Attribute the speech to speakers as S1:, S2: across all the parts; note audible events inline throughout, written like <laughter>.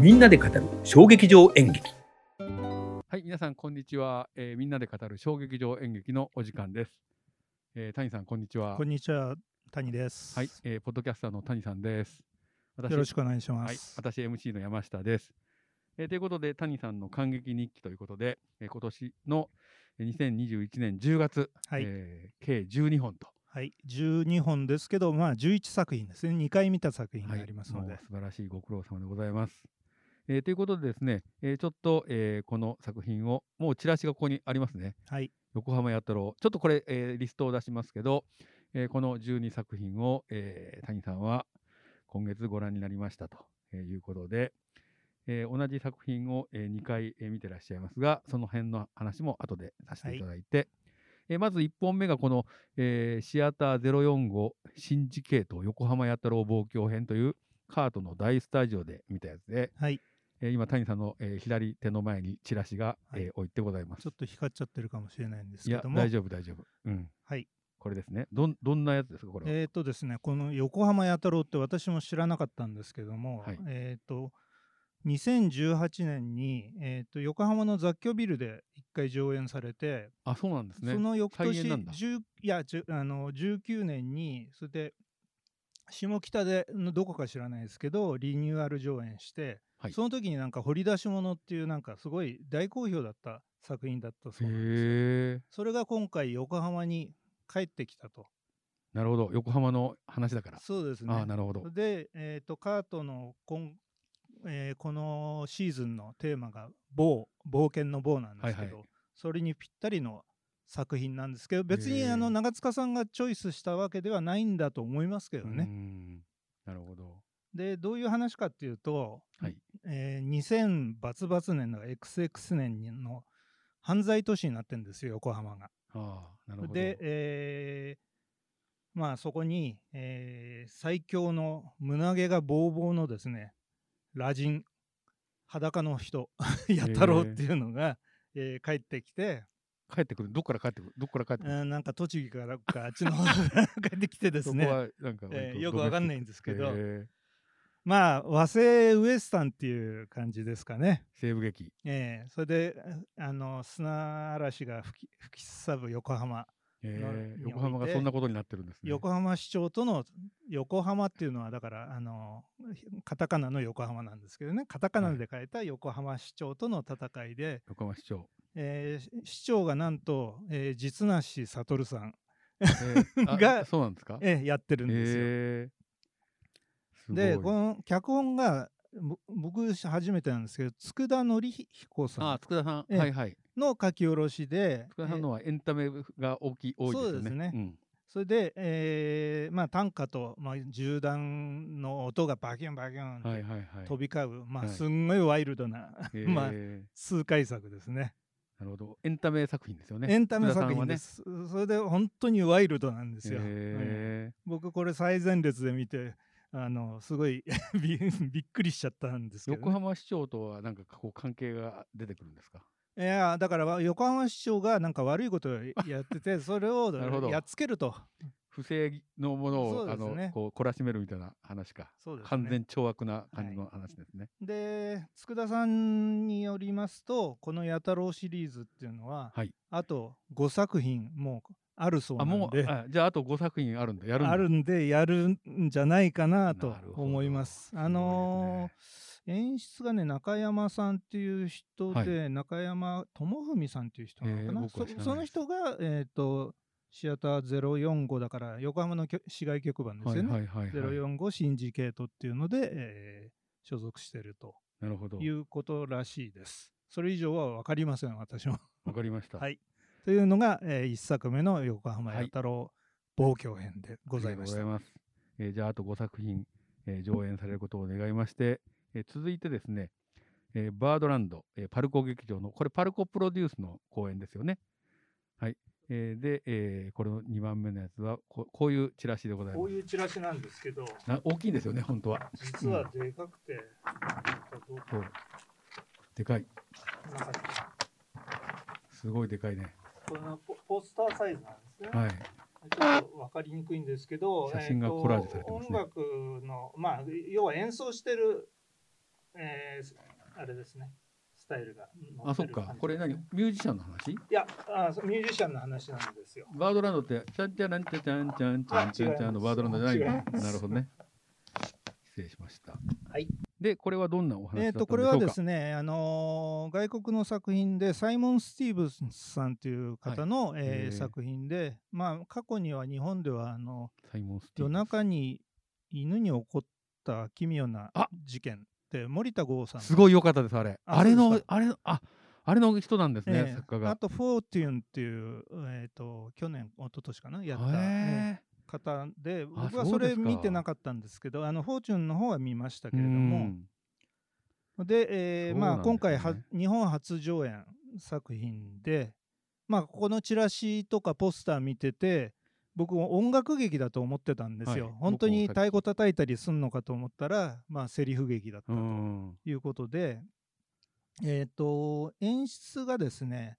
S1: みんなで語る小劇場演劇
S2: はい、皆さん、こんにちは、えーみんなで語る小劇場演劇のお時間です。えー谷さん、こんにちは。
S3: こんにちは、谷です。
S2: はい、えーポッドキャスターの谷さんです。私
S3: よろしくお願いしま
S2: はい、
S3: す。
S2: 私 MC の山下です。えーということで、谷さんの感激日記ということで、えー今年のえー2021年10月、
S3: はい
S2: えー計12本と、
S3: はい、12本ですけど、まあ11作品ですね。2回見た作品
S2: は
S3: が
S2: い
S3: ありますので、
S2: もう素晴らしいご苦労様でございます。えーということでですね、えーちょっと、えーこの作品を、もうチラシがここにありますね。
S3: はい、
S2: 横浜八太郎ちょっとこれ、えーリストを出しますけど、えーこの12作品を、えー谷さんは今月ご覧になりましたとえーいうことで、えー同じ作品を、え2回、えー見てらっしゃいますがその辺の話も後でさせていただいて、えーまず1本目がこの、えーシアター045シンジケート横浜八太郎望郷編というカートの大スタジオで見たやつで、
S3: はい、
S2: えー今谷さんの、えー左手の前にチラシが、
S3: はい
S2: えー置いてございます
S3: ちょっ。と光っちゃってるかもしれないんです
S2: い
S3: け
S2: や
S3: ど、も、
S2: 大丈夫、大丈夫。うん。
S3: はい。
S2: これですね。どん、どんなやつですか、これは。
S3: えっ、とですね、この横浜弥太郎って私も知らなかったんですけども、
S2: はい
S3: えっ、と2018年に、えー、と横浜の雑居ビルで1回上演されて、
S2: あ、そうなんですね。
S3: その翌
S2: 再演
S3: 年
S2: なんだ
S3: 10いや10あの19年にそれで下北でのどこか知らないですけどリニューアル上演して、
S2: はい
S3: その時になんか「掘り出し物」っていうなんかすごい大好評だった作品だったそうなんですよ
S2: へえ。
S3: それが今回横浜に帰ってきたと
S2: なるほど。横浜の話だから。
S3: そうですね
S2: あーなるほど。
S3: で、えー、とカートのこん、えーこのシーズンのテーマが「某冒険の某」なんですけど、
S2: はいは
S3: それにぴったりの作品なんですけど別に
S2: へー
S3: あの長塚さんがチョイスしたわけではないんだと思いますけど
S2: う
S3: ね。
S2: ん。なるほど。
S3: でどういう話かっていうと、
S2: はい
S3: えー2000バツバツ年の XX 年の犯罪都市になってるんですよ横浜が。
S2: ああ、なるほど。
S3: で、えーまあそこに、えー最強の胸毛がボーボーのですね羅人裸の人 <laughs> や太郎っていうのが、えー帰ってきて、
S2: 帰ってくる。どっから帰ってくる。どっから帰ってくる。
S3: うんなんか栃木からかあっちの
S2: <laughs>
S3: 方から帰ってきてです
S2: そこ
S3: ね、
S2: はなんか、
S3: えーよくわかんないい
S2: んで
S3: んですけど、
S2: え
S3: まあ和製ウエスタンっていう感じですかね。
S2: 西部劇。
S3: えーそれであの砂嵐が吹き吹きすさぶ横浜の
S2: え
S3: において
S2: 横浜がそんなことになってるんですね。
S3: 横浜市長との横浜っていうのはだからあのカタカナの横浜なんですけどねカタカナで書いた横浜市長との戦いで、
S2: 横浜市
S3: <laughs>
S2: 長。
S3: えー市長がなんと、えー実梨悟さん、
S2: えーあ
S3: が
S2: そうなんですか。
S3: えーやってるんですよ。
S2: えーすごい
S3: でこの脚本がぼ僕初めてなんですけど佃典彦
S2: あ
S3: さ
S2: あ、佃さん。
S3: えー
S2: はいはい。
S3: んの書き下ろしで、
S2: 佃さんのはエンタメが大きい、多いですよね。
S3: そうですね
S2: ん
S3: それで、えーまあ、短歌と、まあ、銃弾の音がバキュンバキュンっ
S2: はい
S3: て
S2: はいはい。
S3: 飛び交う、ま
S2: はい
S3: あ、すんごいワイルドな、
S2: えー
S3: <laughs> まあ、痛快作ですね。
S2: なるほど。エンタメ作品ですよね。
S3: エンタメ作
S2: 福
S3: 品
S2: 田
S3: で
S2: さ
S3: す、それで本当にワイルドなんです
S2: ん
S3: よ。
S2: はね。
S3: うん
S2: へ
S3: 僕これ最前列で見てあのすごい <laughs> びびっくりしちゃったんです
S2: ー
S3: けど
S2: 横
S3: ね、
S2: 浜市長とはなんかこう関係が出てくるんですか。
S3: いやだからわ横浜市長がなんか悪いことをやって
S2: <laughs>
S3: てそれを
S2: なるほど
S3: やっつけると
S2: 不正のものを、
S3: そう
S2: あ
S3: ですね
S2: のこう懲らしめるみたいな話か。
S3: そうですね
S2: 完全懲悪な感じの話ですね。
S3: で佃さんによりますとこの「弥太郎」シリーズっていうのは、
S2: はい
S3: あと5作品もうあるそうな
S2: あも
S3: ん
S2: う
S3: で
S2: あじゃああと5作品あるんだやるんだ。
S3: あるんでやるんじゃないかなと
S2: なるほど
S3: 思います。あのー演出がね中山さんっていう人で、中山智文さんっていう人なのかな,、
S2: へー僕は知らないです
S3: そその人が、えー、とシアター045だから横浜のきょ市外局番です
S2: はい
S3: よね、
S2: はいはいはい、
S3: 045シンジケートっていうので、えー所属してると
S2: なるほど。
S3: いうことらしいです。それ以上は分かりません私も。
S2: わかりました。。
S3: はいいというのが、え1作目の横浜
S2: はい
S3: 弥太郎望郷編でございました。
S2: ます。えーじゃああと5作品、えー上演されることを願いまして、えー続いてですね、えーバードランド、えーパルコ劇場の、これパルコプロデュースの公演ですよね。はい。えーで、えーこれの2番目のやつはこ、こういうチラシでござい
S3: こ
S2: ま
S3: ういうチラシなんですけど、
S2: す。な大きいですよね、本当は。
S3: 実はでかくて、
S2: そう。でかい。
S3: なんか
S2: すごいでかいね。
S3: このポポスターサイズなんですね。
S2: はい。
S3: ちょっとわかりにくいんですけど、
S2: 写真が
S3: えーと
S2: コラージュされてますね
S3: 音楽の、まあ、要は演奏してるえーあれですね、スタイルが。
S2: あ、そっか。これ何
S3: い
S2: ミュージシャンの話
S3: やあ、そうミュージシャンの話なんですよ。
S2: バードランドって、ちゃんちゃらんちゃちゃんちゃんちゃんちゃんちゃんのバードランドじゃないんだ
S3: 違います
S2: なるほどね。失礼しました。
S3: はい。
S2: で、これはどんなお話だ
S3: え
S2: っ
S3: ー、
S2: たんでしょう
S3: と
S2: か
S3: これはですね、あのー外国の作品でサイモン・スティーブンスさんという方の、え
S2: へ
S3: ー
S2: ー
S3: 作品で、まあ、過去には日本ではあの
S2: サイモンスティーブン
S3: 夜中に犬に起こった奇妙な
S2: あ
S3: 事件って森田剛さんの
S2: すごい良かったです、あれ。
S3: あ
S2: あれ
S3: そう
S2: の
S3: です、
S2: あれの、あ、あれの人なんです
S3: え
S2: ね
S3: え、
S2: 作家
S3: あ
S2: が。
S3: と「フォーテューン」っていう、えー、と去年一昨年かなやった、ええ
S2: へえ
S3: 方で僕は
S2: そ
S3: そう
S2: です
S3: れ
S2: か
S3: 見てなかったんですけど「あのフォーチューン」の方は見ましたけれど
S2: う
S3: も
S2: ん
S3: で,、えー
S2: そうなんですね
S3: まあ、今回は日本初上演作品で、まあ、ここのチラシとかポスター見てて僕も音楽劇だと思ってたんですよ、
S2: はい
S3: 本当に
S2: 僕もさっ
S3: 太
S2: き
S3: 鼓叩いたりすんのかと思ったら、まあ、セリフ劇だった
S2: う
S3: と
S2: ん。
S3: いうことで、えー、と演出がですね、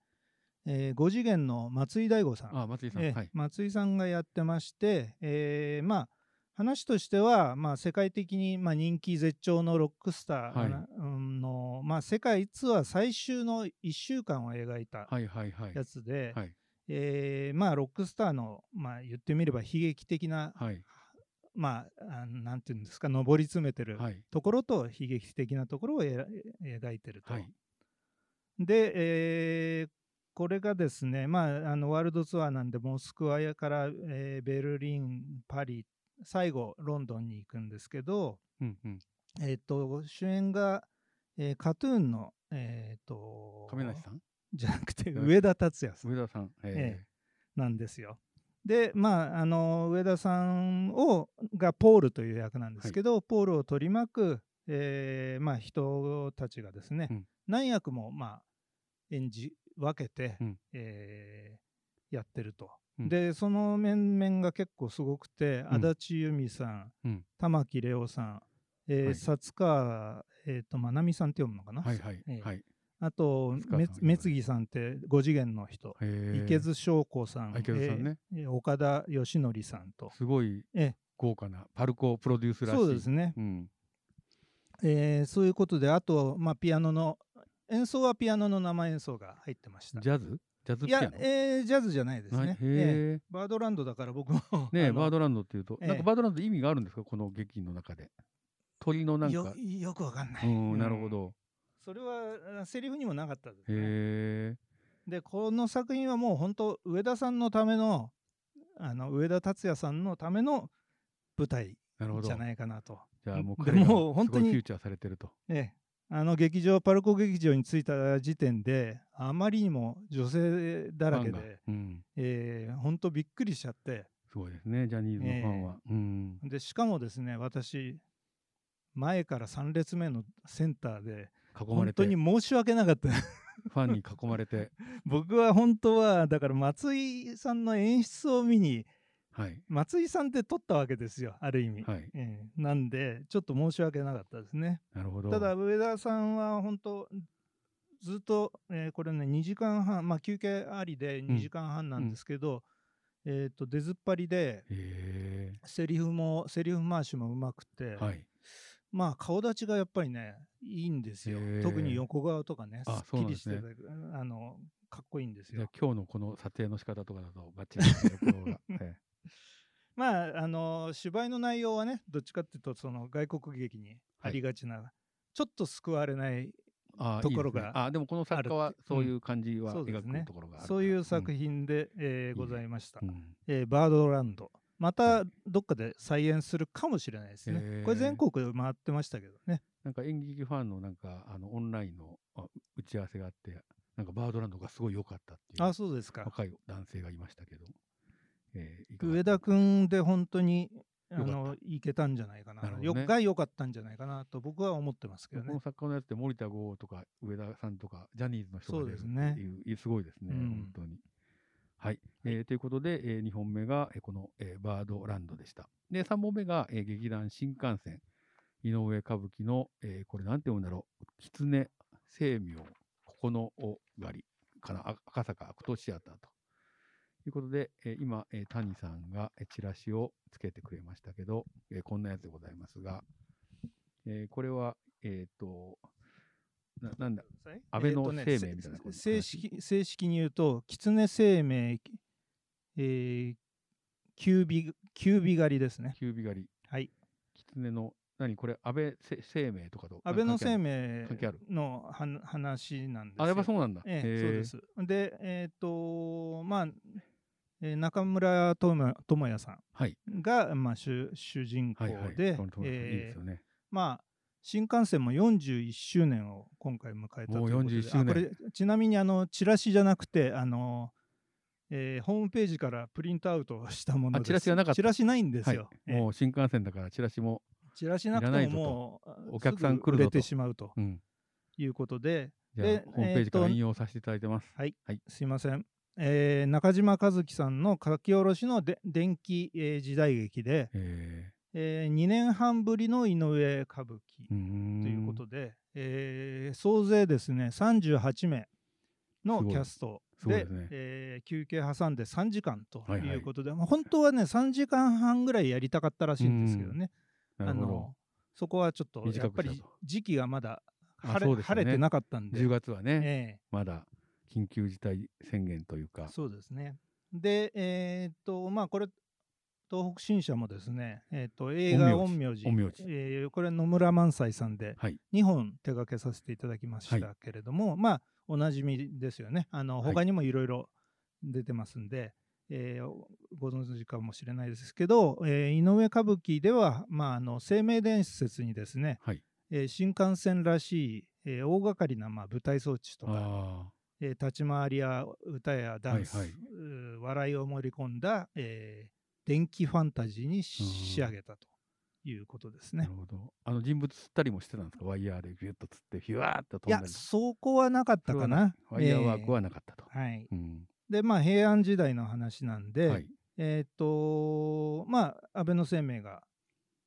S3: え5次元の松井大悟さん
S2: あ、松井さん。
S3: ええ
S2: はい。
S3: 松井さんがやってまして、えーまあ話としては、まあ、世界的に、まあ、人気絶頂のロックスタ
S2: はい
S3: ーなうんの、まあ、世界ツアー最終の1週間を描いた
S2: はいはいはい。
S3: やつで、
S2: はい。
S3: えーまあ、ロックスターの、まあ、言ってみれば悲劇的な、
S2: はい。
S3: まあ、あのなんていうんですか上り詰めてる
S2: はい。
S3: ところと悲劇的なところをえら描いてると。
S2: はい。
S3: で、えーこれがですね、まあ、あのワールドツアーなんで、モスクワから、えーベルリン、パリ、最後、ロンドンに行くんですけど、
S2: うんうん。
S3: えっと主演が、えー、カトゥーンの、えー、と
S2: 亀梨さん
S3: じゃなくて、
S2: うん
S3: 上田達也さん
S2: 上田さん。ええ
S3: なんですよ。で、まあ、あの上田さんをがポールという役なんですけど、ポールを取り巻く、えーまあ、人たちがですね、
S2: うん
S3: 何役も、まあ、演じ分けて、
S2: うん
S3: えーやってると。
S2: うん
S3: でその面々が結構すごくて、
S2: ん
S3: 足立由美さん、
S2: うん
S3: 玉木玲央さん、えー
S2: はい
S3: 薩川、えー、とまなみさんって読むのかな、
S2: はいはい
S3: ええ
S2: はい。
S3: あと
S2: 薩川
S3: め
S2: さん
S3: めつぎさんって5次元の人、池
S2: 池
S3: 津翔子さん、
S2: あ池津さんね
S3: えーえー岡田義則さんと、
S2: すごい
S3: え
S2: 豪華なパルコプロデュースらしい。
S3: そうですね、
S2: うん。
S3: えーそういうことで、あと、まあ、ピアノの、演奏はピアノの生演奏が入ってました。
S2: ジャズジャズ
S3: い
S2: ピア
S3: や
S2: ノ、
S3: えージャズじゃないです
S2: はいへ
S3: ね。えー
S2: え。
S3: バードランドだから僕も。
S2: ねえ、バー
S3: ド
S2: ドランドっていうと、なん
S3: ええ
S2: かバードランド意味があるんですかこの劇の中で。鳥のなん
S3: よ
S2: か。
S3: よくわかんな
S2: う
S3: い。
S2: ん、なるほ
S3: うん。
S2: ど。
S3: それはあセリフにもなかったです、ね。
S2: へえ。
S3: で、この作品はもう本当、上田さんのための、あの上田達也さんのための舞台
S2: なるほど。
S3: じゃないかなと。
S2: じゃあもう
S3: で
S2: 彼がす
S3: もう
S2: ごい
S3: 本
S2: フ
S3: 当に
S2: ューチャーされてると。
S3: ええ、あの劇場パルコ劇場に着いた時点であまりにも女性だらけ
S2: ファンが
S3: で、
S2: うん。
S3: ええ、本当びっくりしちゃって
S2: すごいですね、ジャニーズのファンは。うん。
S3: でしかもですね私前から3列目のセンターで
S2: 囲ま
S3: 本
S2: れ
S3: 当
S2: て、
S3: に
S2: フ
S3: 申し訳なかった <laughs>
S2: ァンに囲まれて、
S3: 僕は本当はだから松井さんの演出を見に
S2: はい。
S3: 松井さんって撮ったわけですよある意味、
S2: はい。
S3: ええなんでちょっと申し訳なかったですね
S2: なるほど。
S3: ただ、上田さんは本当ずっと、えーこれね2時間半、まあ、休憩ありで2時間半なんですけど、えー、と出ずっぱりで
S2: へ
S3: セリフもセリフ回しもうまくて、
S2: え。はい。
S3: まあ顔立ちがやっぱりねいいんですよ、
S2: へー
S3: 特に横顔とかねす
S2: あ
S3: っきりし
S2: そ
S3: て
S2: う
S3: て
S2: なん
S3: あのかっこいいんです
S2: じゃ
S3: よ
S2: あ。今日のこの撮影の仕方とかだとバッチリですねと
S3: <laughs>
S2: ころが。え
S3: まああの芝居の内容はねどっちかっていうとその外国劇にありがちな、ちょっと救われない
S2: えああ
S3: ところが
S2: いいですねああでもこの作家
S3: ある
S2: は
S3: って
S2: そういう感じは
S3: そうで
S2: 描
S3: すね
S2: くところがある
S3: そういう作
S2: 品、
S3: 品で、
S2: いい
S3: えー
S2: ね
S3: ございました。
S2: うんうん
S3: えーバードランド。また
S2: は
S3: どっかで再演するかもしれないですね。
S2: へー
S3: これ全国回ってましたけどね。
S2: なんか演劇ファンのなんかあのオンラインのあ打ち合わせがあってなんかバードランドがすごい良かったってい
S3: あ、
S2: う
S3: そうですか。
S2: 若い男性がいましたけど、ええいかが
S3: 上田君で本当にあ
S2: かった
S3: のいけたんじゃないかな。
S2: なるほ
S3: よ
S2: どね
S3: が良かったんじゃないかなと僕は思ってますけど
S2: こ
S3: ね
S2: の。作家のやつって森田剛とか上田さんとかジャニーズの人が出るって
S3: そうです
S2: いういすごいですね、
S3: うん
S2: 本当に。はい、えーということで、え2本目が、えーこの、えーバードランドでした。で3本目が、えー劇団新幹線井上歌舞伎の、えーこれなんて読むんだろう「狐清明九のお狩り」かなあ赤坂アクトシアターと。ということで、えー今、えー谷さんがえーチラシをつけてくれましたけど、えーこんなやつでございますが、えーこれは、ええっ、と、ななんだ、
S3: はい
S2: 安倍の
S3: えーとね
S2: 生命みたいなこと
S3: せ正式正式に言うと、狐生命、えー、キュービキュービ狩りですね。
S2: キュービ狩り、
S3: はい。
S2: 狐の、何これ、安倍せ生命とかと。
S3: 安倍の生
S2: 命。
S3: 命
S2: 関係ある
S3: のはな話なんですよ。
S2: あ、やっぱそうなんだ。
S3: え
S2: へ
S3: え、
S2: ー
S3: そうで。す。で、えっ、と、まあ、えー中村智也智也さ
S2: はい。
S3: んが、まあ、主主人公
S2: は
S3: で、
S2: いはい。
S3: え
S2: そうそういいで
S3: ー
S2: すよね。
S3: まあ、新幹線も41周年を今回迎えたということで
S2: もう41周年
S3: あこれちなみにあのチラシじゃなくてあの、えーホームページからプリントアウトしたもの
S2: あ
S3: です
S2: チラシがなかった
S3: チラシないんですよ、
S2: はい、もう新幹線だからチラシも、
S3: えーチラシなく
S2: いらな
S3: て
S2: いぞと
S3: ももう
S2: お客さん
S3: すぐ
S2: 来るぞと
S3: 売れてしまうと
S2: うん、
S3: いうことで
S2: じゃあ
S3: で
S2: ホームページから
S3: えーと
S2: 引用させていただいてます。
S3: すいません、えー中島和樹さんの書き下ろしので電気、えー時代劇で、
S2: え
S3: え2年半ぶりの井上歌舞
S2: ー、
S3: 伎、
S2: うーん
S3: ということで、えー総勢ですね38名
S2: す
S3: の
S2: ごい
S3: キャスト
S2: すごい
S3: で
S2: ですね
S3: えー休憩挟んで3時間と
S2: はいはい
S3: いうことで、まあ本当はね3時間半ぐらいやりたかったらしいんですけどね、
S2: な
S3: あ
S2: るほど
S3: のそこはちょっとや
S2: 短
S3: っ
S2: く
S3: ぱ
S2: したと
S3: り時期がまだ
S2: あ
S3: 晴れ,、
S2: そうですよね
S3: 晴れてなかったんで、
S2: 10月はね、
S3: え
S2: まだ緊急事態宣言という
S3: え
S2: か、
S3: そうですね。で、えーっとまあこれ東北新社もですね、えーっと映画
S2: 陰
S3: 陰陽師
S2: 陰陽師
S3: えーこれ野村萬斎さんで
S2: はい、
S3: 2本手掛けさせていただきましたけれども、まあおなじみですよねあの
S2: はい
S3: 他にもいろいろ出てますんで、えーご存知かもしれないですけど、えー井上歌舞伎では、まあ、あの生命伝説にですね、
S2: はい
S3: えー新幹線らしい、えー大掛かりな、まあ、舞台装置とか、
S2: あ
S3: えー立ち回りや歌やダンス、
S2: はいはいう
S3: ー笑いを盛り込んだ、えー電気ファンタジーにし
S2: うん
S3: 仕上げたということで
S2: ー
S3: す
S2: な
S3: ね
S2: る。ほど。あの人物釣ったりもしてたんですか、ワイヤーでビュッと釣って、ヒュワーっと飛
S3: い
S2: んだ
S3: や
S2: り、とか。
S3: そこはなかったかな。
S2: ワイヤーワークはなかったと。
S3: えーはい。
S2: うん
S3: で、まあ、平安時代の話なんで、
S2: はい、
S3: えーっ、と、まあ、安倍の生命が、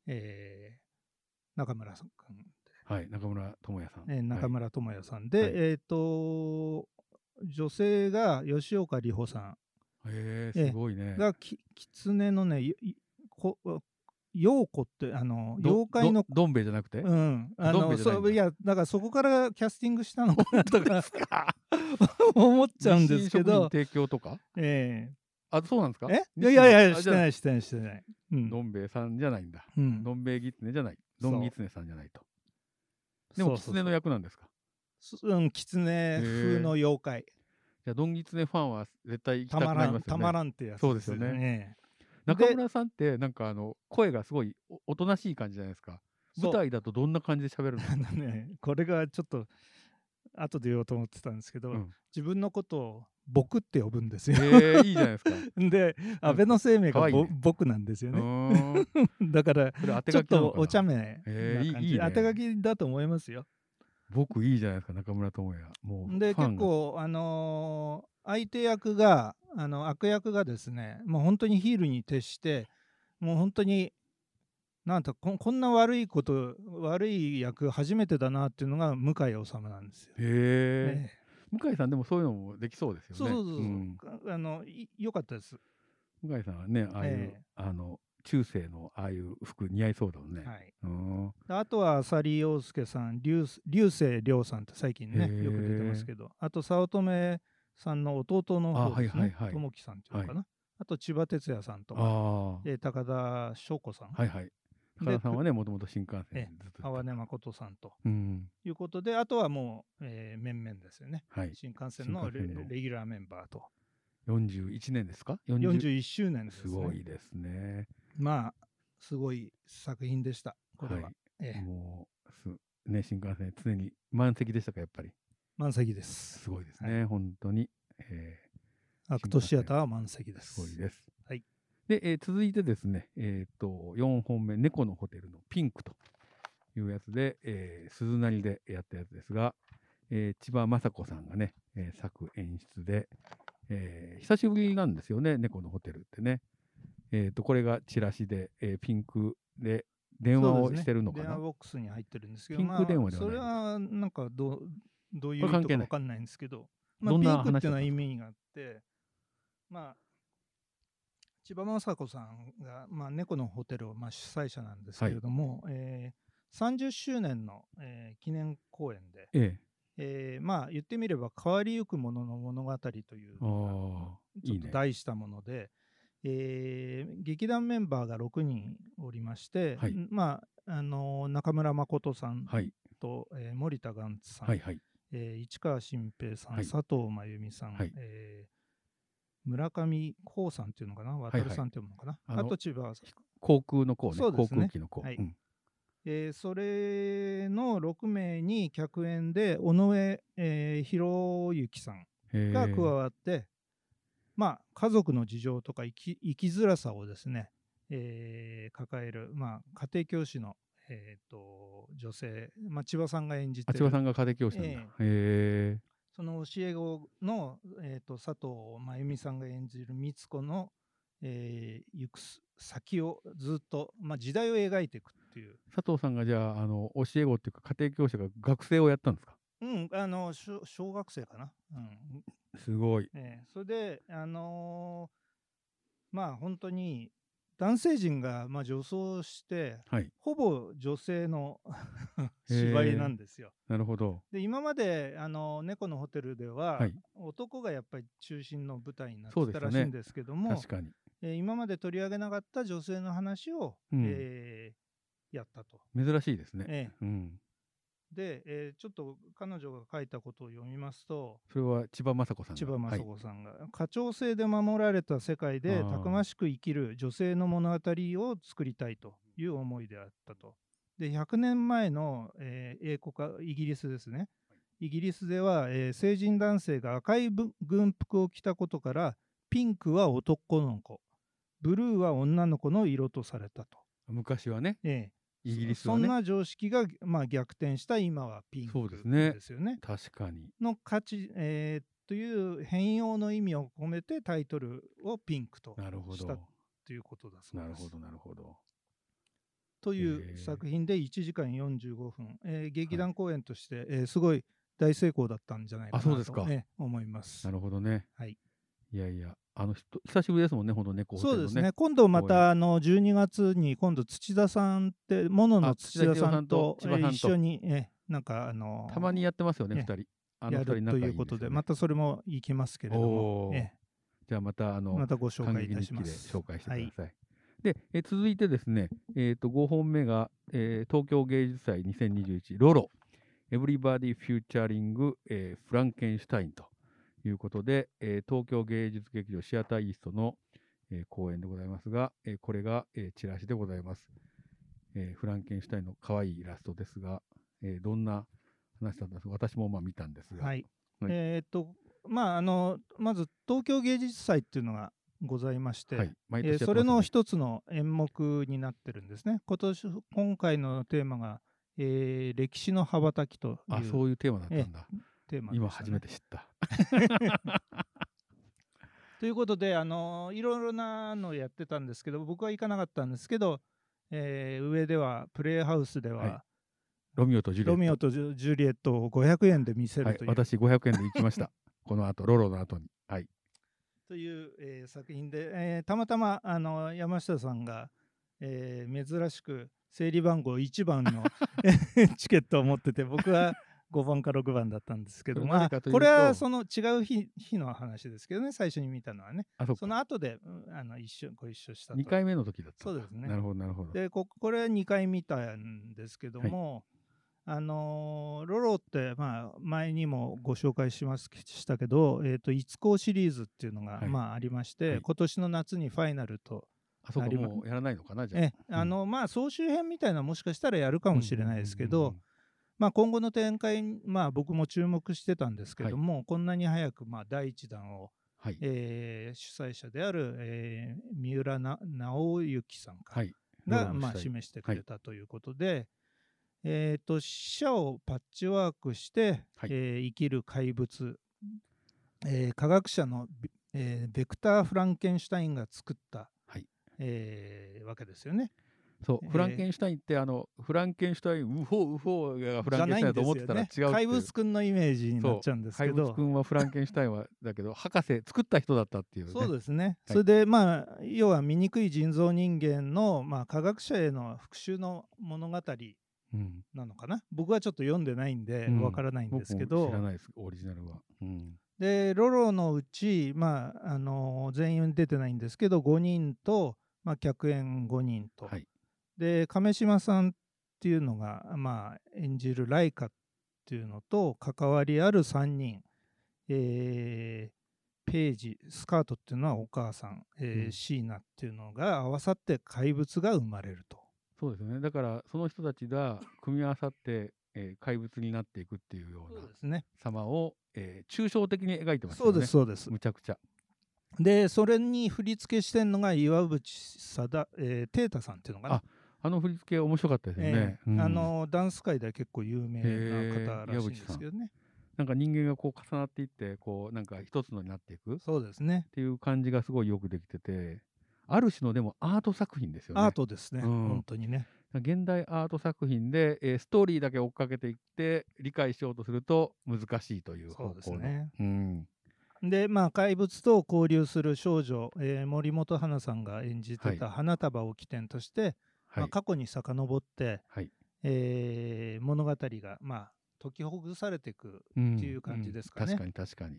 S3: えー中村さん、
S2: はい、中村智也さん。
S3: えー中
S2: はい
S3: 村智也さんで、
S2: はい
S3: えーっ、と、女性が吉岡里帆さ
S2: へ
S3: え
S2: え
S3: え
S2: すごいね。
S3: んが、き狐のね、いいこ陽子って、あの、
S2: ど
S3: 妖怪の
S2: ど、どん兵衛じゃなくて、
S3: うん、あ
S2: どん兵衛
S3: の
S2: じゃないんだ
S3: そういやだからそこからキャスティングしたのかなとか
S2: か。
S3: 思っちゃうんですけど、
S2: 提供とか
S3: ええ
S2: あ、そうなんですか。
S3: えいやいやいや、してないい、してない、してない。うん
S2: どん兵衛さんじゃないんだ。
S3: うん
S2: どん兵衛ギツネじゃない。どん
S3: そう
S2: ギツネさんじゃないと。でも、狐
S3: そうそう
S2: の役なんですか
S3: そううん、狐風の妖怪。
S2: じゃあ、ドンギツネファンは絶対行き
S3: た
S2: たく
S3: ま
S2: な
S3: ら
S2: りま
S3: ん、
S2: すよ
S3: た
S2: ね。
S3: まらんってやつ。
S2: そうですよね
S3: ね。
S2: 中村さんって、なんかあの、声がすごいおおとなしい感じじゃないですか。
S3: そ
S2: 舞
S3: う
S2: 台だとどんな感じで喋るの
S3: あのね、これがちょっと、後で言おうと思ってたんですけど、
S2: うん
S3: 自分のことを僕って呼ぶんですよ。
S2: ええいいじゃない
S3: <laughs>
S2: ですか。
S3: で、安倍の生命
S2: かわ
S3: が
S2: いいね
S3: ぼ僕なんです
S2: う
S3: よね。
S2: ーん。こ
S3: だから、
S2: れ当て
S3: ちょ
S2: 書
S3: っ
S2: きなの
S3: と
S2: かな
S3: お茶目な感じ。
S2: えーいいいいね
S3: 当て書きだと思いますよ。
S2: 僕いいじゃないですか、中村智也。もう、
S3: で
S2: ファ
S3: 結
S2: ンが
S3: 構あのー相手役があの悪役がですねもう本当にヒールに徹してもう本当になんとこんこんな悪いこと悪い役初めてだなっていうのが向井治なんですよ。
S2: へえ
S3: ええ
S2: 向井さんでもそういうのもできそうですよね。
S3: そうそうそうそう、
S2: ん
S3: あのい良かったです。
S2: 向井さんはね、ああいう、
S3: ええ
S2: あの中世のああいう服似合いそうだもんね。
S3: はい、
S2: うん
S3: であとは浅利陽介さん竜竜星涼さんって最近ね
S2: へえ
S3: よく出てますけどあと早乙女さんの弟の
S2: あ
S3: 方ですね
S2: はいはいはい
S3: 友樹さんっていうのかな、あと千葉哲也さんとか
S2: ああ、
S3: えー高田翔子さん、
S2: はいはい。高田さんはね、もともと新幹
S3: え
S2: 線
S3: え
S2: にずっと行っ
S3: 川
S2: てた。
S3: 根誠さんと
S2: うん、
S3: いうことで、あとはもう、えー面々ですよね。
S2: はい。
S3: 新幹線のレ
S2: 新幹線の
S3: レギュラーメンバーと、
S2: 四十一年ですか？40
S3: 41周年です、
S2: す
S3: ね。
S2: ごいですね。
S3: まあ、すごい作品でした、これは。
S2: はい。
S3: ええ
S2: もうすね新幹線常に満席でしたかやっぱり。
S3: 満席です。
S2: すごいですね、本当に。え
S3: アクトシアターは満席で
S2: ー
S3: す。
S2: すごいです。
S3: はい。
S2: で、えー続いてですね、えっ、と、4本目、猫のホテルのピンクというやつで、えー鈴なりでやったやつですが、えー千葉雅子さんがね、えー作演出で、えー久しぶりなんですよね、猫のホテルってね。えっ、と、これがチラシで、えーピンクで電話
S3: そう
S2: を
S3: ですね
S2: してるのか
S3: 電
S2: な。
S3: 話ボックスに入ってるんですけど、
S2: ピンク電話
S3: ま
S2: では
S3: あ、そ
S2: ない
S3: れはなんかどうどういう
S2: こ
S3: 意
S2: れ
S3: 味
S2: 関係
S3: とか
S2: ない
S3: わかんないんですけど、まあ、
S2: どん
S3: ピ
S2: な
S3: ンクってい
S2: 話だ
S3: うのは
S2: ったんです
S3: 意
S2: か
S3: 味があって、まあ、千葉雅子さんが、まあ、猫のホテルを、まあ、主催者なんですけれども、えー30周年の、えー記念公演で、
S2: ええ。
S3: えーまあ言ってみれば変わりゆくものの物語という
S2: あ
S3: の
S2: あ
S3: が、ち
S2: い
S3: ょ
S2: い
S3: っと
S2: ね。
S3: 題したものでえー劇団メンバーが6人おりまして、
S2: はい
S3: んまああのー中村誠さん
S2: はい、
S3: と、えー森田ガンツさん、
S2: はい、はい。
S3: えー市川新平さん、
S2: はい
S3: 佐藤真由美さん、
S2: はい
S3: えー村上光さんっていうのかな
S2: はい
S3: 渡さんっていうのかな、
S2: あの
S3: あと千葉さん
S2: 航空のこうね。
S3: そうで
S2: 航
S3: すね
S2: 空機のこう。
S3: はい
S2: うん
S3: えーそれの6名に客演で尾上、えー、博之さん
S2: へえ
S3: が加わって、まあ家族の事情とか生き生きづらさをですね、えー抱える、まあ、家庭教師の、えー、と女性、まあ、千葉さんが演じて
S2: あ
S3: る
S2: 千葉さんが家庭教師なんだ。へえ。
S3: その教え子の、えー、と佐藤真由美さんが演じる美津子の、えー行くす先をずっと、まあ、時代を描いていくっていう、
S2: 佐藤さんがじゃあ、あの、教え子っていうか、家庭教師が学生をやったんですか
S3: うん、あの小小学生かな、うん
S2: すごい。
S3: ええそれで、あのーまあ本当に男性陣がまあ女装して
S2: はい。
S3: ほぼ女性の
S2: へえ
S3: 芝居なんですよ。
S2: なるほど。
S3: で今まで、あの猫のホテルでは、
S2: はい
S3: 男がやっぱり中心の舞台になっ
S2: そう
S3: て
S2: で
S3: た
S2: すよ
S3: ら
S2: ね
S3: しいんですけども、
S2: 確かに。
S3: えー今まで取り上げなかった女性の話を、
S2: うん
S3: えーやったと。
S2: 珍しいですね。
S3: ええ
S2: うん。
S3: で、えーちょっと彼女が書いたことを読みますと、
S2: それは千葉雅子さんが。
S3: 千葉
S2: はい
S3: 雅子さんが、可調性で守られた世界で
S2: あー
S3: たくましく生きる女性の物語を作りたいという思いであったと。で100年前の、えー英国かイギリスですねイギリスでは、えー成人男性が赤いぶ軍服を着たことからピンクは男の子ブルーは女の子の色とされたと。
S2: 昔はね、
S3: ええ
S2: イギリスはね
S3: そん。な常識が、まあ、逆転した今はピン
S2: そう
S3: ク
S2: ですね
S3: ですよね。
S2: 確かに。
S3: の価値、えーという変容の意味を込めてタイトルをピンクと
S2: なるほ
S3: し
S2: ど。
S3: たということだそう
S2: なる
S3: です
S2: ほ。ど、なるほど。
S3: と
S2: へ
S3: い
S2: ー
S3: う作品で1時間45分、えー劇団公演として、えーすごい大成功だったんじゃないか
S2: あそう
S3: な
S2: です
S3: と
S2: か、
S3: えー思います
S2: な。るほどね。
S3: はい。
S2: いやいや、あの人、久しぶりですもんね、ほんと猫ホテ
S3: そ
S2: ル
S3: う
S2: の
S3: ですね。今度またあの12月に今度土田さんってモノ
S2: あ
S3: の土田
S2: 土田
S3: さ
S2: さ
S3: ん
S2: んと
S3: と
S2: 千葉さんと
S3: えー一緒に、えーなんかあの
S2: たまにやってますよね、
S3: え
S2: 二
S3: え
S2: 人。あの
S3: や
S2: 二人
S3: る
S2: 仲
S3: と
S2: いい
S3: い
S2: で
S3: うこと
S2: すよ
S3: で
S2: ね
S3: またそれも行きますけれど
S2: お
S3: も、
S2: ー
S3: え
S2: じゃあまた、あ
S3: ー
S2: の、
S3: またご紹
S2: 感
S3: 介
S2: 激
S3: いた
S2: 日
S3: し
S2: 記
S3: ま。
S2: です紹介してくだ
S3: は
S2: さい
S3: い。
S2: でえ続いてですね、えー、と5本目が、えー東京芸術祭2021ロロ、エブリバディ・フューチャリング、えーフランケンシュタインということで、えー東京芸術劇場シアターイーストの、えー公演でございますが、えーこれが、えーチラシでございます、えーフランケンシュタインの可愛いイラストですが、えーどんな話だったんですか、私もまあ見たんですが、
S3: はい。
S2: はい
S3: えーっと、まあ、あの、まず東京芸術祭っていうのがございまして、
S2: はい毎
S3: えー
S2: 年やってますよね
S3: それの一つの演目になってるんですね。今年、今回のテーマが、えー歴史の羽ばたきという
S2: あそういうテーマだったんだ、
S3: テーマでしたね、
S2: 今初めて知った。
S3: ということで、あのいろいろなのやってたんですけど、僕は行かなかったんですけど、えー上では、プレイハウスでは、
S2: はいロミオとジュリエッ
S3: ロ
S2: ト
S3: ミオとジュジュリエットを500円で見せ
S2: は
S3: る
S2: い
S3: と、いう、
S2: 私500円で行きま
S3: <laughs>
S2: した。この後、ロロの後に。はい。
S3: という、えー作品で、えーたまたまあの山下さんが、えー珍しく整理番号1
S2: <laughs>
S3: 番のえーチケットを持ってて僕は5番か6番だったんですけど
S2: <laughs> それ
S3: ま
S2: な
S3: あ
S2: ぜかというと
S3: これはその違う日日の話ですけどね最初に見たのはね
S2: あ、そっ
S3: そ
S2: か。
S3: の後でうんあの一緒ご一緒したと
S2: 2回目の時だったんだ。
S3: そうですね
S2: なるほど、なるほど。
S3: でここれ2回見たんですけども、あのーロロって、まあ、前にもご紹介しますしたけど「えー、といつこう」シリーズっていうのが、
S2: はい
S3: まあ、ありまして、
S2: はい
S3: 今年の夏にファイナルと、
S2: あ、そっか、
S3: なりま
S2: もうやらないのかな、じゃあ。
S3: えあのまあ、総集編みたいなのもしかしたらやるかもしれないですけど、
S2: うんうんうん
S3: まあ、今後の展開に、まあ、僕も注目してたんですけども、こんなに早く、まあ、第1弾を、
S2: はい。
S3: えー主催者である、えー三浦な直之さんか、
S2: はい。ロー
S3: が、
S2: ラの
S3: まあ、
S2: 主催
S3: 示してくれたということで、えっ、と、死者をパッチワークして、
S2: はい
S3: えー生きる怪物、えー科学者のベ、えーベクター・フランケンシュタインが作った、
S2: はい
S3: えーわけですよね。
S2: そ
S3: え
S2: う、
S3: ー
S2: フランケンシュタインって、あの、フランケンシュタイン、ウホウホがフランケンシュタインだと思ってたら違うって
S3: じ
S2: い
S3: ゃ
S2: う。
S3: ないんですよね怪物くんのイメージになっちゃうんですけ
S2: 怪物
S3: ど
S2: く。んはフランケンシュタインは、だけど、博士、作った人だったっていうね。
S3: そう
S2: す。
S3: ですね、
S2: はい
S3: それでまあ要は醜い人造人間の、まあ、科学者への復讐の物語
S2: うん
S3: なのかな僕はちょっと読んでないんで
S2: うん
S3: わからないんですけ
S2: 僕
S3: ど、
S2: も知らないですオリジナルは、うん
S3: でロロのうち、まああの全員出てないんですけど5人と、まあ、客演5人と、
S2: はい
S3: で亀島さんっていうのが、まあ、演じるライカっていうのと関わりある3人、えーページスカートっていうのはお母さん、えー
S2: うん
S3: シーナっていうのが合わさって怪物が生まれると。
S2: そうですよねだからその人たちが組み合わさって、えー怪物になっていくっていうような
S3: すね。
S2: 様を、えー抽象的に描いてますよ
S3: そ
S2: ね
S3: うですそうです。
S2: むちゃくちゃ
S3: でそれに振り付けしてんのが岩渕貞、えー、テータさんっていうのかな。
S2: あの振り付け面白かったですよね
S3: え、え
S2: うん
S3: あのダンス界では結構有名な方らしいんですけどね、
S2: なんか人間がこう重なっていってこうなんか一つのになっていくっ
S3: そうですね
S2: ていう感じがすごいよくできててある種のでもアート作品ですよね
S3: アートですね、
S2: うん
S3: 本当にね
S2: 現代アート作品で、えーストーリーだけ追っかけていって理解しようとすると難しいという方
S3: そうです
S2: 向の
S3: ね
S2: うん
S3: でまあ怪物と交流する少女、えー森本花さんが演じてた花束を起点として、
S2: はい
S3: まあ、過去に遡って、
S2: はい
S3: えー物語がまあ解きほぐされていくっていう感じですかね
S2: うんうん確かに確か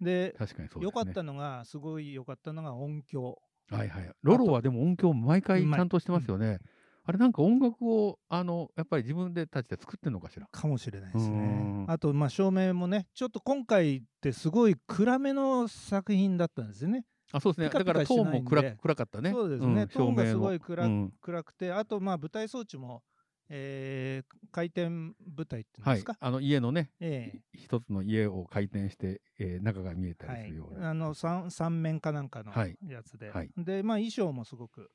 S2: に
S3: で
S2: 確かにそうですね
S3: 良かったのがすごい良かったのが音響
S2: はいはい。ロロはでも音響毎回
S3: う
S2: ち
S3: まい
S2: ゃんとしてますよね。あれなんか音楽をあのやっぱり自分でたちで作ってんのかしら。
S3: かもしれないです
S2: う
S3: ね
S2: ん。
S3: あとまあ照明もねちょっと今回ってすごい暗めの作品だったんですよね。
S2: あそうですね。
S3: ピカピ
S2: だ
S3: カ
S2: からトーン
S3: しな
S2: も
S3: いんで
S2: 暗く暗かったね。
S3: そうですね
S2: ん
S3: トーンが
S2: 照明の
S3: すごい暗
S2: うん
S3: 暗くてあとまあ舞台装置も、えー回転舞台っていうん
S2: はい
S3: ですか。。
S2: あの家のね、
S3: ええ
S2: 一つの家を回転して、えー中が見えた
S3: は
S2: りす
S3: い
S2: るよう、な。
S3: あの三三面かなんかの
S2: はい
S3: やつで、
S2: はい
S3: でまあ衣装もすごく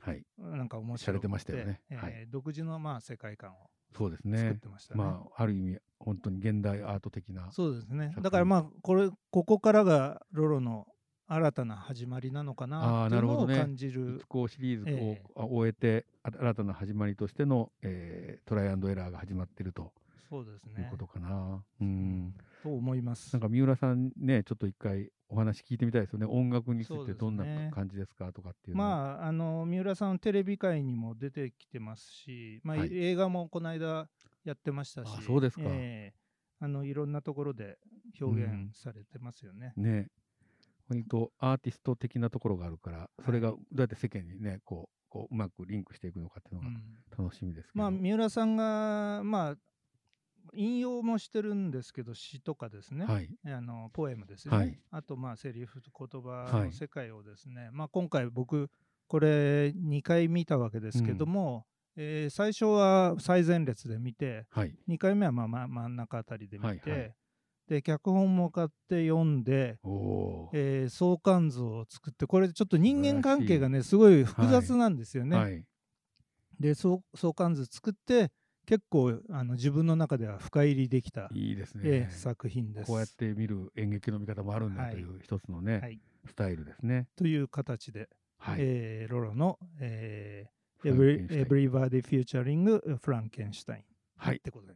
S2: はい。
S3: なんか面白く
S2: 洒落てましたよね
S3: ええ
S2: はい
S3: 独自のまあ世界観を
S2: そうです
S3: 作っ
S2: ね。
S3: てましたね。
S2: まあある意味本当に現代アート的な。
S3: そうですね
S2: 作。
S3: だから
S2: 品
S3: まあこれここからがロロの新たな始まりなのか
S2: あ
S3: な
S2: ー
S3: ってい
S2: な
S3: う
S2: る
S3: の
S2: ほ
S3: を
S2: どね
S3: 感じ
S2: い
S3: る
S2: つ。こうシリーズを
S3: ええ
S2: あ終えて、あ新たな始まりとしての、えートライアンドエラーが始まってると
S3: そうです
S2: いう
S3: ね
S2: こ。とかな。うん。
S3: と思います
S2: なん。か三浦さんね、ちょっと一回お話聞いてみたいですよね。音楽につ
S3: そう
S2: い
S3: で
S2: て
S3: す
S2: ど
S3: ね
S2: んな感じですかとかっていうのあ、
S3: まああの三浦さんテレビ界にも出てきてますし、まあ
S2: はい
S3: い映画もこの間やってましたし、
S2: あそうですか
S3: ええあのいろんなところで表現されてますよね。
S2: ね、割とアーティスト的なところがあるから、それがどうやって世間にね、こう、こううまくリンクしていくのかっていう
S3: う
S2: のが
S3: ん
S2: 楽しみですけど。
S3: まあ三浦さんがまあ引用もしてるんですけど詩とかですね。
S2: はい。
S3: あのポエムですよね、
S2: はい
S3: あとまあセリフと言葉
S2: は
S3: の
S2: い
S3: 世界をですね、まあ、今回僕これ2回見たわけですけども、えー最初は最前列で見て
S2: はい。
S3: 2回目はまあまあ真ん中あたりで見て、
S2: はいはい
S3: で脚本も買って読んで、
S2: おおー、
S3: えー相関図を作ってこれちょっと人
S2: 素晴らしい
S3: 間関係がねすごい複雑なんですよね。
S2: はい。
S3: で相相関図作って結構あの自分の中では深入りできた、
S2: いいですね。
S3: えー作品です。
S2: こうやって見る演劇の見方もあるんだ
S3: はい
S2: という一つのね、
S3: はい
S2: スタイルですね。
S3: という形で
S2: はい。
S3: えーロロの、えー、
S2: フランケンシュタイン
S3: Every- Everybody Featuring フランケンシュタイン
S2: はい
S3: っ。てことで